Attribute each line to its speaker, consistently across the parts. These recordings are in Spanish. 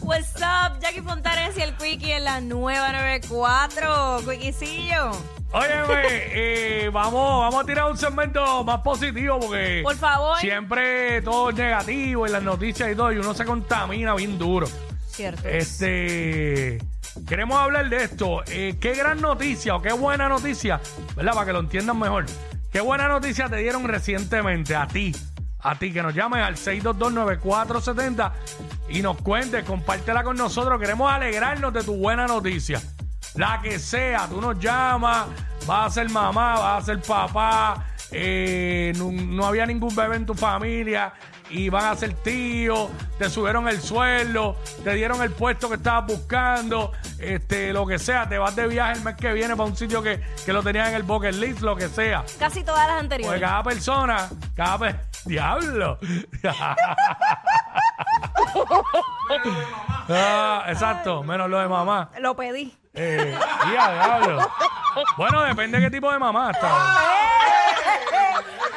Speaker 1: What's up, Jackie Fontanes y el Quickie en la nueva 94. Quickiecillo,
Speaker 2: Óyeme, eh, vamos, vamos a tirar un segmento más positivo porque
Speaker 1: por favor.
Speaker 2: siempre todo es negativo en las noticias y todo, y uno se contamina bien duro.
Speaker 1: Cierto.
Speaker 2: Eh. Este, queremos hablar de esto. Eh, qué gran noticia o qué buena noticia, ¿verdad? Para que lo entiendan mejor. Qué buena noticia te dieron recientemente a ti. A ti, que nos llames al 6229470 y nos cuentes, compártela con nosotros. Queremos alegrarnos de tu buena noticia. La que sea, tú nos llamas, vas a ser mamá, vas a ser papá, eh, no, no había ningún bebé en tu familia y van a ser tíos, te subieron el sueldo, te dieron el puesto que estabas buscando, este, lo que sea, te vas de viaje el mes que viene para un sitio que, que lo tenías en el bucket list, lo que sea.
Speaker 1: Casi todas las
Speaker 2: Porque
Speaker 1: anteriores.
Speaker 2: cada persona, cada per- diablo. Ah, exacto, menos lo de mamá.
Speaker 1: Lo pedí.
Speaker 2: Eh, ya, diablo. Bueno, depende de qué tipo de mamá está.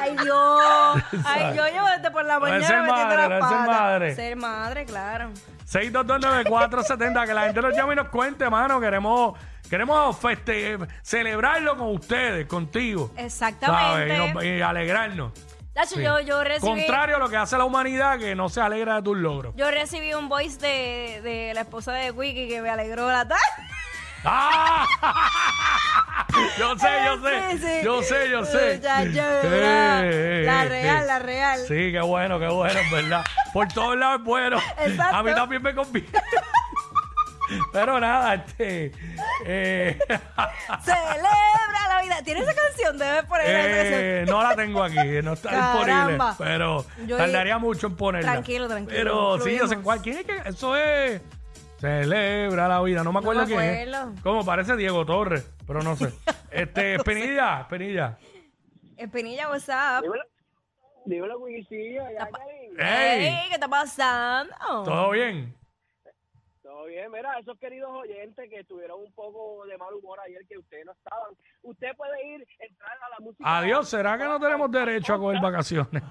Speaker 1: Ay, Dios. Ay, yo llevo desde por la
Speaker 2: Debe
Speaker 1: mañana
Speaker 2: ser
Speaker 1: metiendo
Speaker 2: madre,
Speaker 1: las
Speaker 2: debe ser
Speaker 1: patas.
Speaker 2: madre.
Speaker 1: Ser madre, claro.
Speaker 2: 6229470, que la gente nos llame y nos cuente, mano. Queremos, queremos feste- celebrarlo con ustedes, contigo.
Speaker 1: Exactamente.
Speaker 2: ¿sabes? Y, nos- y alegrarnos.
Speaker 1: Tacho,
Speaker 2: Sí.
Speaker 1: yo, yo recibí...
Speaker 2: Contrario a lo que hace la humanidad, que no se alegra de tus logros.
Speaker 1: Yo recibí un voice de, de la esposa de Wiki que me alegró la tarde.
Speaker 2: ¡Ah! yo sé, yo
Speaker 1: Sí,
Speaker 2: sé.
Speaker 1: sí.
Speaker 2: Yo sé, yo sé.
Speaker 1: Muchacho,
Speaker 2: Eh,
Speaker 1: ¿verdad?
Speaker 2: eh,
Speaker 1: La
Speaker 2: eh,
Speaker 1: real, la real.
Speaker 2: Sí, qué bueno, qué bueno, en verdad. Por todos lados es bueno.
Speaker 1: Exacto.
Speaker 2: A mí también me conviene. Pero nada, este. eh,
Speaker 1: Celebra la vida. ¿Tiene esa canción? Debes poner esa canción.
Speaker 2: eh, no la tengo aquí, no está disponible.
Speaker 1: Caramba.
Speaker 2: Pero
Speaker 1: Yo-
Speaker 2: tardaría mucho en ponerla.
Speaker 1: Tranquilo, tranquilo,
Speaker 2: Pero sí, yo sé
Speaker 1: fluimos.
Speaker 2: cuál. ¿Quién es que? Eso es. Celebra la vida. No me acuerdo
Speaker 1: me
Speaker 2: quién es.
Speaker 1: acuerdo.
Speaker 2: Como parece Diego Torres, pero no sé. este, Espinilla, Espinilla.
Speaker 1: Espinilla, what's up?
Speaker 3: Dímelo, dímelo, Wikisilla. ya, Karin.
Speaker 2: ¡Ey!
Speaker 1: Ey, ¿Qué está pasando?
Speaker 2: ¿Todo bien?
Speaker 3: Todo bien, mira, esos queridos oyentes que tuvieron un poco de mal humor ayer que ustedes no estaban. Usted puede ir, entrar a la música.
Speaker 2: Adiós, ¿será que no tenemos derecho a coger vacaciones?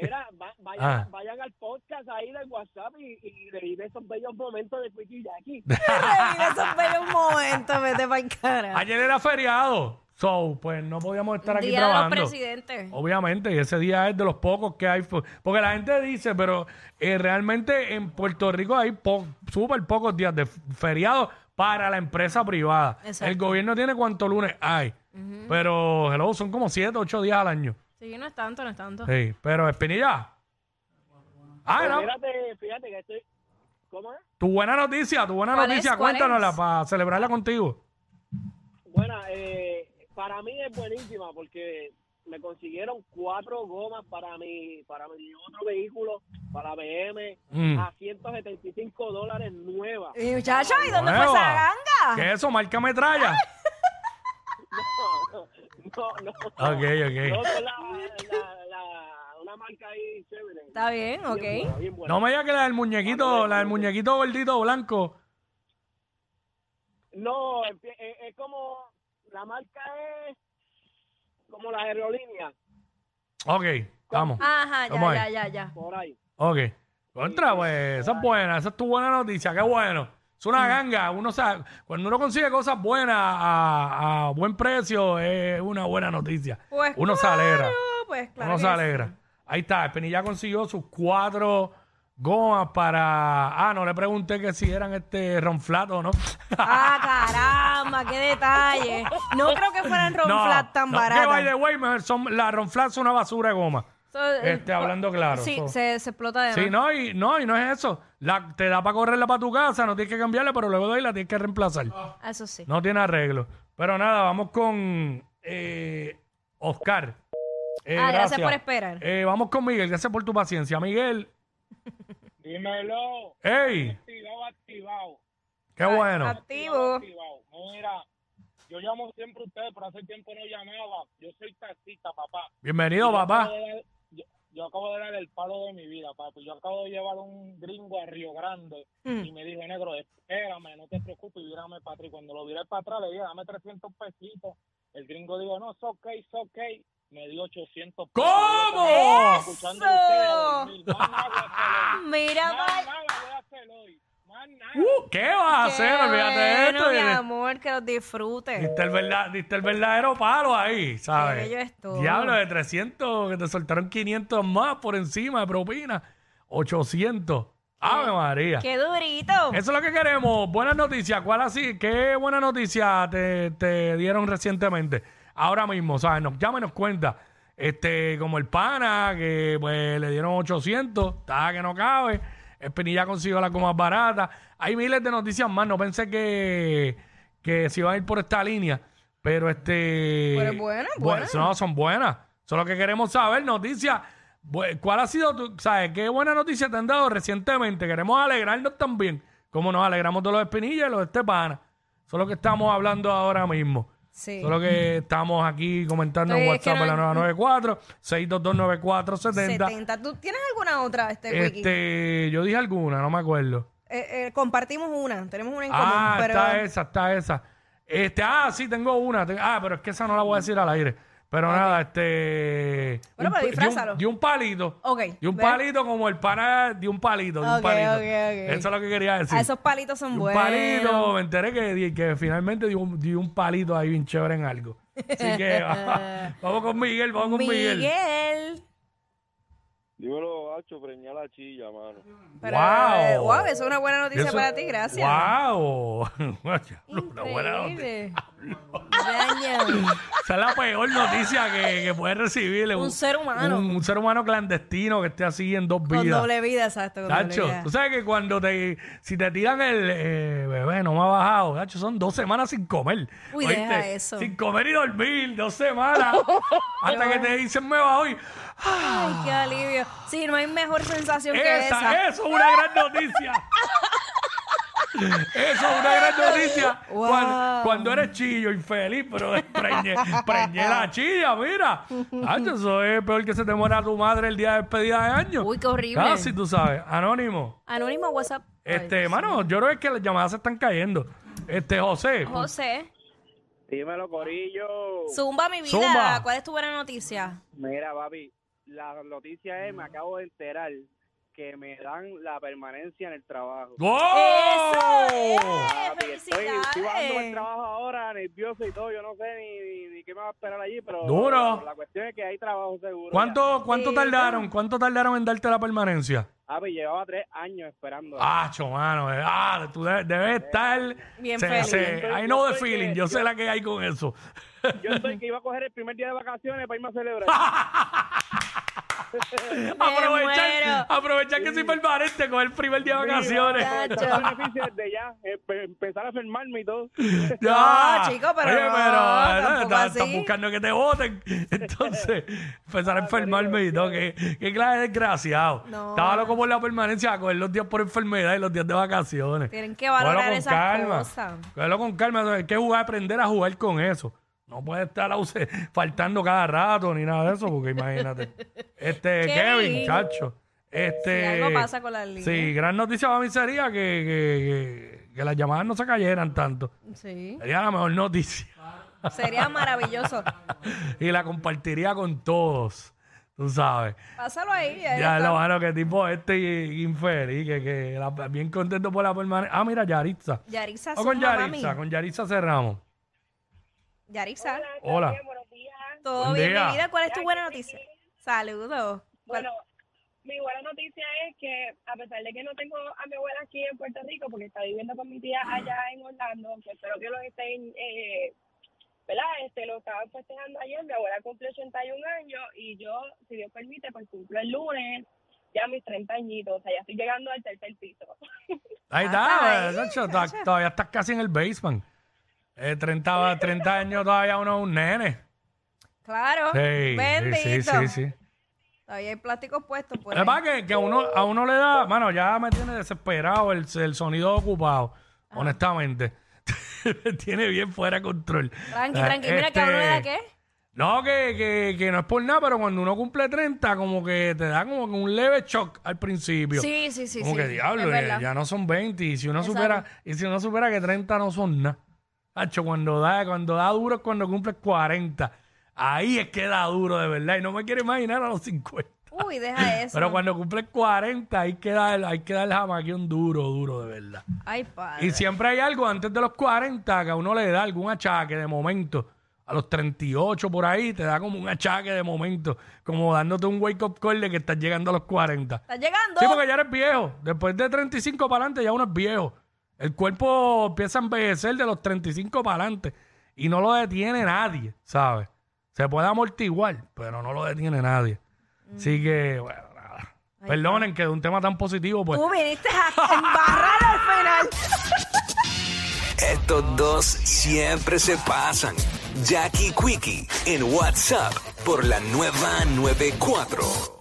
Speaker 3: Era, va- vayan,
Speaker 2: Ah.
Speaker 3: vayan al podcast ahí del WhatsApp y, y revive esos bellos momentos de Quickie y Jackie.
Speaker 1: Revive esos bellos momentos, vete para el cara.
Speaker 2: Ayer era feriado. So, pues no podíamos estar aquí
Speaker 1: Día
Speaker 2: trabajando. Oh.
Speaker 1: de los presidentes.
Speaker 2: Obviamente, y ese día es de los pocos que hay. fu- Porque la gente dice, pero eh, realmente en Puerto Rico hay po- súper pocos días de f- feriado para la empresa privada.
Speaker 1: Exacto.
Speaker 2: El gobierno tiene cuántos lunes hay. Pero, hello, son como siete, ocho días al año.
Speaker 1: Sí, no es tanto, no es tanto.
Speaker 2: Sí, pero Espinilla. Ah,
Speaker 3: Pero
Speaker 2: era-
Speaker 3: Fíjate, fíjate que estoy. ¿Cómo es?
Speaker 2: tu buena noticia, tu buena
Speaker 1: ¿Cuál
Speaker 2: noticia,
Speaker 1: es? ¿Cuál
Speaker 2: cuéntanosla
Speaker 1: es?
Speaker 2: para celebrarla contigo.
Speaker 3: Bueno, eh, para mí es buenísima porque me consiguieron cuatro gomas para mi, para mi otro vehículo, para BM,
Speaker 2: Mm.
Speaker 3: a 175 dólares nueva.
Speaker 1: Y muchachos, ¿y dónde fue
Speaker 2: Nueva.
Speaker 1: esa ganga?
Speaker 2: ¿Qué es eso? Marca metralla.
Speaker 3: No, no, no.
Speaker 1: Ah.
Speaker 2: ok,
Speaker 3: No,
Speaker 2: ok.
Speaker 3: con la, la, la- una marca ahí chévere.
Speaker 1: Está bien,
Speaker 3: Bien
Speaker 1: ok.
Speaker 3: buena, bien buena.
Speaker 2: No me digas que la del muñequito, la del muñequito gordito blanco.
Speaker 3: No, empie- es, es como, la marca es como la aerolínea,
Speaker 2: Ok,
Speaker 1: Ah,
Speaker 2: vamos.
Speaker 1: Ajá,
Speaker 2: Vamos
Speaker 1: ya,
Speaker 2: ahí.
Speaker 1: ya, ya, ya.
Speaker 3: por ahí.
Speaker 2: Ok. Contra, pues, esa es buena, esa es tu buena noticia, qué bueno. Es una ganga, uno sabe, cuando uno consigue cosas buenas a, a buen precio, es una buena noticia.
Speaker 1: Pues
Speaker 2: uno se
Speaker 1: claro,
Speaker 2: alegra.
Speaker 1: Pues claro.
Speaker 2: uno
Speaker 1: que
Speaker 2: se alegra.
Speaker 1: sí.
Speaker 2: Ahí está, Espinilla consiguió sus cuatro gomas para. Ah, no le pregunté que si eran este ronflat o no.
Speaker 1: Ah, caramba, qué detalle. No creo que fueran ronflat tan
Speaker 2: no, Que by the
Speaker 1: baratas.
Speaker 2: way, mejor son, la ronflat es una basura de goma.
Speaker 1: So, eh,
Speaker 2: Este, hablando claro.
Speaker 1: Sí,
Speaker 2: so-
Speaker 1: se, se explota de
Speaker 2: Sí,
Speaker 1: más.
Speaker 2: no, y no, y no es eso. La, te da para correrla para tu casa, no tienes que cambiarla, pero luego de ahí la tienes que reemplazar.
Speaker 1: Eso sí.
Speaker 2: No tiene arreglo. Pero nada, vamos con eh, Oscar. Eh,
Speaker 1: Ah, gracias por esperar.
Speaker 2: Eh, vamos con Miguel, gracias por tu paciencia. Miguel,
Speaker 3: Dímelo,
Speaker 2: ¡ey!
Speaker 3: activado, activado.
Speaker 2: ¡Qué
Speaker 1: ah.
Speaker 2: bueno!
Speaker 1: Activo.
Speaker 3: activado. Mira, yo llamo siempre a ustedes, pero hace tiempo no llamaba. Yo soy taxista, papá.
Speaker 2: Bienvenido, papá.
Speaker 3: Yo acabo de dar- Yo, yo acabo de dar el palo de mi vida, papi. Yo acabo de llevar un gringo a Río Grande
Speaker 1: Mm.
Speaker 3: y me dijo, negro, espérame, no te preocupes, y vírame para atrás. Y Cuando lo viré para atrás, le dije, dame 300 pesitos. El gringo dijo, no, es ok, es ok. Me dio 800 pesos.
Speaker 2: ¿Cómo?
Speaker 3: Escuchando a ustedes, a dormir. Más nada
Speaker 2: Ah.
Speaker 3: voy a hacer hoy.
Speaker 1: Mira,
Speaker 3: Más
Speaker 1: vaya.
Speaker 3: nada voy a hacer hoy. Más nada.
Speaker 2: Uh, ¿Qué vas a hacer?
Speaker 1: Qué
Speaker 2: Olvídate de
Speaker 1: bueno,
Speaker 2: esto.
Speaker 1: mi
Speaker 2: Dile-
Speaker 1: amor, que los disfrutes.
Speaker 2: Diste el, verdad- diste el verdadero palo ahí, ¿sabes?
Speaker 1: bello es todo.
Speaker 2: Diablo, de 300, que te soltaron 500 más por encima de propina. 800. Ave María.
Speaker 1: Qué durito.
Speaker 2: Eso es lo que queremos. Buenas noticias. ¿Cuál así? ¿Qué buena noticia te, te dieron recientemente? Ahora mismo, ¿sabes? Nos llama y nos cuenta. Este, como el pana, que pues le dieron 800, está que no cabe. Espinilla consiguió la más barata. Hay miles de noticias más. No pensé que, que se iban a ir por esta línea. Pero este.
Speaker 1: Pero es buena, es buena.
Speaker 2: Bueno, no, son buenas. Eso es lo que queremos saber. Noticias. Bu- ¿Cuál ha sido tu, sabes, qué buena noticia te han dado recientemente? Queremos alegrarnos también, como nos alegramos de los espinillas y los Estepana. Eso es lo que estamos hablando ahora mismo.
Speaker 1: Sí.
Speaker 2: Eso es lo que estamos aquí comentando en
Speaker 1: Oye, es que
Speaker 2: WhatsApp en la
Speaker 1: no-
Speaker 2: 994 6229470.
Speaker 1: 70. ¿Tú tienes alguna otra, este, Wiki?
Speaker 2: Este, yo dije alguna, no me acuerdo.
Speaker 1: Eh, eh, compartimos una, tenemos una en común,
Speaker 2: Ah,
Speaker 1: pero
Speaker 2: está esa, está esa. Este, ah, sí, tengo una. Te- Ah, pero es que esa no la voy a decir al aire. Pero nada, este.
Speaker 1: Bueno, pero
Speaker 2: de
Speaker 1: disfrázalo.
Speaker 2: De un palito.
Speaker 1: Ok,
Speaker 2: De un
Speaker 1: ¿ves?
Speaker 2: palito como el pana de un palito, de un
Speaker 1: Ok,
Speaker 2: palito.
Speaker 1: ok, ok.
Speaker 2: Eso es lo que quería decir.
Speaker 1: a Ah, esos palitos son
Speaker 2: De un
Speaker 1: buenos.
Speaker 2: palito, me enteré que, di- que finalmente dio un, di un palito ahí bien chévere en algo. Así que vamos con Miguel, vamos con Miguel.
Speaker 1: Miguel.
Speaker 4: Dímelo, Hacho, preñar la chilla, mano.
Speaker 1: Pero,
Speaker 2: Wow.
Speaker 1: eh, wow, eso es una buena noticia
Speaker 2: Eso-
Speaker 1: para ti, gracias.
Speaker 2: ¡Wow! Una buena noticia.
Speaker 1: Increíble. Daño.
Speaker 2: Esa es la peor noticia que, que puedes recibir.
Speaker 1: Un ser humano.
Speaker 2: Un, un ser humano clandestino que esté así en dos
Speaker 1: Con
Speaker 2: vidas.
Speaker 1: doble vida, exacto. Con doble
Speaker 2: Nacho,
Speaker 1: vida.
Speaker 2: tú sabes que cuando te si te tiran el eh, bebé no me ha bajado, Nacho, son dos semanas sin comer.
Speaker 1: Uy, deja eso.
Speaker 2: Sin comer y dormir, dos semanas. hasta que te dicen me va hoy.
Speaker 1: Ay, qué alivio. Sí, no hay mejor sensación que
Speaker 2: Esa,
Speaker 1: esa.
Speaker 2: eso es una gran noticia. Eso es una gran noticia.
Speaker 1: Wow.
Speaker 2: Cuando, cuando eres chillo, infeliz, pero preñé, preñé la chilla, mira. Nacho, eso es peor que se te muera tu madre el día de despedida de año.
Speaker 1: Uy, qué horrible.
Speaker 2: Casi, tú sabes. Anónimo.
Speaker 1: Anónimo WhatsApp. Ay,
Speaker 2: Este, mano, yo creo que es que las llamadas se están cayendo. Este, José.
Speaker 1: José,
Speaker 4: Dímelo, Corillo.
Speaker 1: zumba mi vida.
Speaker 2: Zumba.
Speaker 1: ¿Cuál es tu buena noticia?
Speaker 4: Mira, papi, la noticia es, me acabo de enterar que me dan la permanencia en el trabajo.
Speaker 2: ¡Wow! ¡Oh!
Speaker 1: ¡Eso
Speaker 4: Papi,
Speaker 1: es!
Speaker 4: estoy, estoy bajando el
Speaker 1: ¡Felicidades!
Speaker 4: trabajo ahora, nervioso y todo. Yo no sé ni, ni- ni qué me va a esperar allí, pero
Speaker 2: Duro.
Speaker 4: la cuestión es que hay trabajo seguro.
Speaker 2: ¿Cuánto, cuánto
Speaker 1: Sí,
Speaker 2: tardaron? ¿Cuánto tardaron en darte la permanencia?
Speaker 4: ya. Papi, llevaba tres años esperando.
Speaker 2: Ah, mano. eh, Ah, tú debes, debes estar.
Speaker 1: Bien
Speaker 2: se-
Speaker 1: feliz.
Speaker 2: se-
Speaker 4: Yo
Speaker 2: I know the
Speaker 4: estoy que-
Speaker 2: feeling. Yo sé la que hay con eso.
Speaker 4: Yo estoy que iba a coger el primer día de vacaciones para irme a celebrar.
Speaker 2: Aprovechar,
Speaker 1: muero.
Speaker 2: aprovechar que soy permanente con el primer día de vacaciones.
Speaker 4: Los
Speaker 1: Chacho.
Speaker 4: beneficios desde ya, empe- empezar a enfermarme y todo.
Speaker 2: Ya.
Speaker 1: No, chico, pero
Speaker 2: Oye,
Speaker 1: no,
Speaker 2: pero eh,
Speaker 1: tampoco
Speaker 2: estás-
Speaker 1: así. Ah,
Speaker 2: estás buscando que te voten. Entonces, empezar a enfermarme y todo. Qué, qué clase de desgraciado.
Speaker 1: No.
Speaker 2: Estaba loco por la permanencia, a coger los días por enfermedad y los días de vacaciones.
Speaker 1: Tienen que valorar
Speaker 2: Cógelo con
Speaker 1: esas
Speaker 2: calma.
Speaker 1: cosas.
Speaker 2: Cógelo con calma. Hay que jugar, aprender a jugar con eso. No puede estar ause- faltando cada rato ni nada de eso, porque imagínate. Este,
Speaker 1: Kevin.
Speaker 2: Kevin, chacho. Este,
Speaker 1: Si algo pasa con las líneas.
Speaker 2: Sí, gran noticia para mí sería que, que- que- que las llamadas no se cayeran tanto.
Speaker 1: Sí.
Speaker 2: Sería la mejor noticia.
Speaker 1: Sería maravilloso.
Speaker 2: y la compartiría con todos. Tú sabes.
Speaker 1: Pásalo ahí. ahí
Speaker 2: Ya,
Speaker 1: está.
Speaker 2: lo bueno, que tipo este infeliz, que, que la- bien contento por la permanencia. Ah, mira, Yaritza.
Speaker 1: Yaritza,
Speaker 2: O con
Speaker 1: zumba, mami.
Speaker 2: Yaritza, con Yaritza cerramos.
Speaker 1: Yaritza,
Speaker 2: Hola.
Speaker 1: todo
Speaker 2: Buen
Speaker 1: bien,
Speaker 2: día.
Speaker 1: mi vida. ¿Cuál es tu buena noticia? Saludos.
Speaker 4: Bueno, mi buena noticia es que a pesar de que no tengo a mi abuela aquí en Puerto Rico, porque está viviendo con mi tía allá en Orlando, que espero que los estén, eh, ¿verdad? Este, lo estaban festejando ayer, mi abuela cumple 81 años y yo, si Dios permite, pues cumplo el lunes ya mis 30 añitos, o sea, ya estoy llegando al tercer piso.
Speaker 1: Ah,
Speaker 2: Ahí está, eh,
Speaker 1: está ahí,
Speaker 2: Sancho, ta-
Speaker 1: Sancho.
Speaker 2: todavía estás casi en el basement. Eh, 30, 30 años todavía uno es un nene.
Speaker 1: Claro.
Speaker 2: Sí, sí, sí,
Speaker 1: Bendito.
Speaker 2: sí, sí.
Speaker 1: Todavía hay plásticos puestos pues. por
Speaker 2: Es
Speaker 1: ahí.
Speaker 2: verdad que, que a, uno, a uno le da, mano, ya me tiene desesperado el, el sonido ocupado,
Speaker 1: Ah.
Speaker 2: honestamente. me tiene bien fuera de control.
Speaker 1: Tranqui,
Speaker 2: Eh,
Speaker 1: tranqui. Mira que a uno le da
Speaker 2: este,
Speaker 1: qué.
Speaker 2: No, que, que, que no es por nada, pero cuando uno cumple 30, como que te da como que un leve shock al principio.
Speaker 1: Sí, sí, sí.
Speaker 2: como
Speaker 1: sí.
Speaker 2: que diablo,
Speaker 1: Es
Speaker 2: eh,
Speaker 1: verdad.
Speaker 2: ya no son 20. Y si uno
Speaker 1: Exacto.
Speaker 2: supera, y si uno supera que 30 no son nada. Hacho, cuando da, cuando da duro es cuando cumples 40. Ahí es que da duro de verdad. Y no me quiero imaginar a los 50.
Speaker 1: Uy, deja eso.
Speaker 2: Pero cuando cumples 40 hay que dar, hay que dar jamaquión duro, duro de verdad.
Speaker 1: Ay, padre.
Speaker 2: Y siempre hay algo antes de los 40 que a uno le da algún achaque de momento. A los 38 por ahí te da como un achaque de momento, como dándote un wake up call de que estás llegando a los 40.
Speaker 1: ¿Estás llegando?
Speaker 2: Sí, porque ya eres viejo. Después de 35 para adelante ya uno es viejo. El cuerpo empieza a envejecer de los 35 para adelante y no lo detiene nadie, ¿sabes? Se puede amortiguar, pero no lo detiene nadie. Así que, bueno, nada. Perdonen que de un tema tan positivo, pues...
Speaker 1: Tú viniste a embarrar al final.
Speaker 5: Estos dos siempre se pasan. Jackie Quickie en WhatsApp por la nueva 94.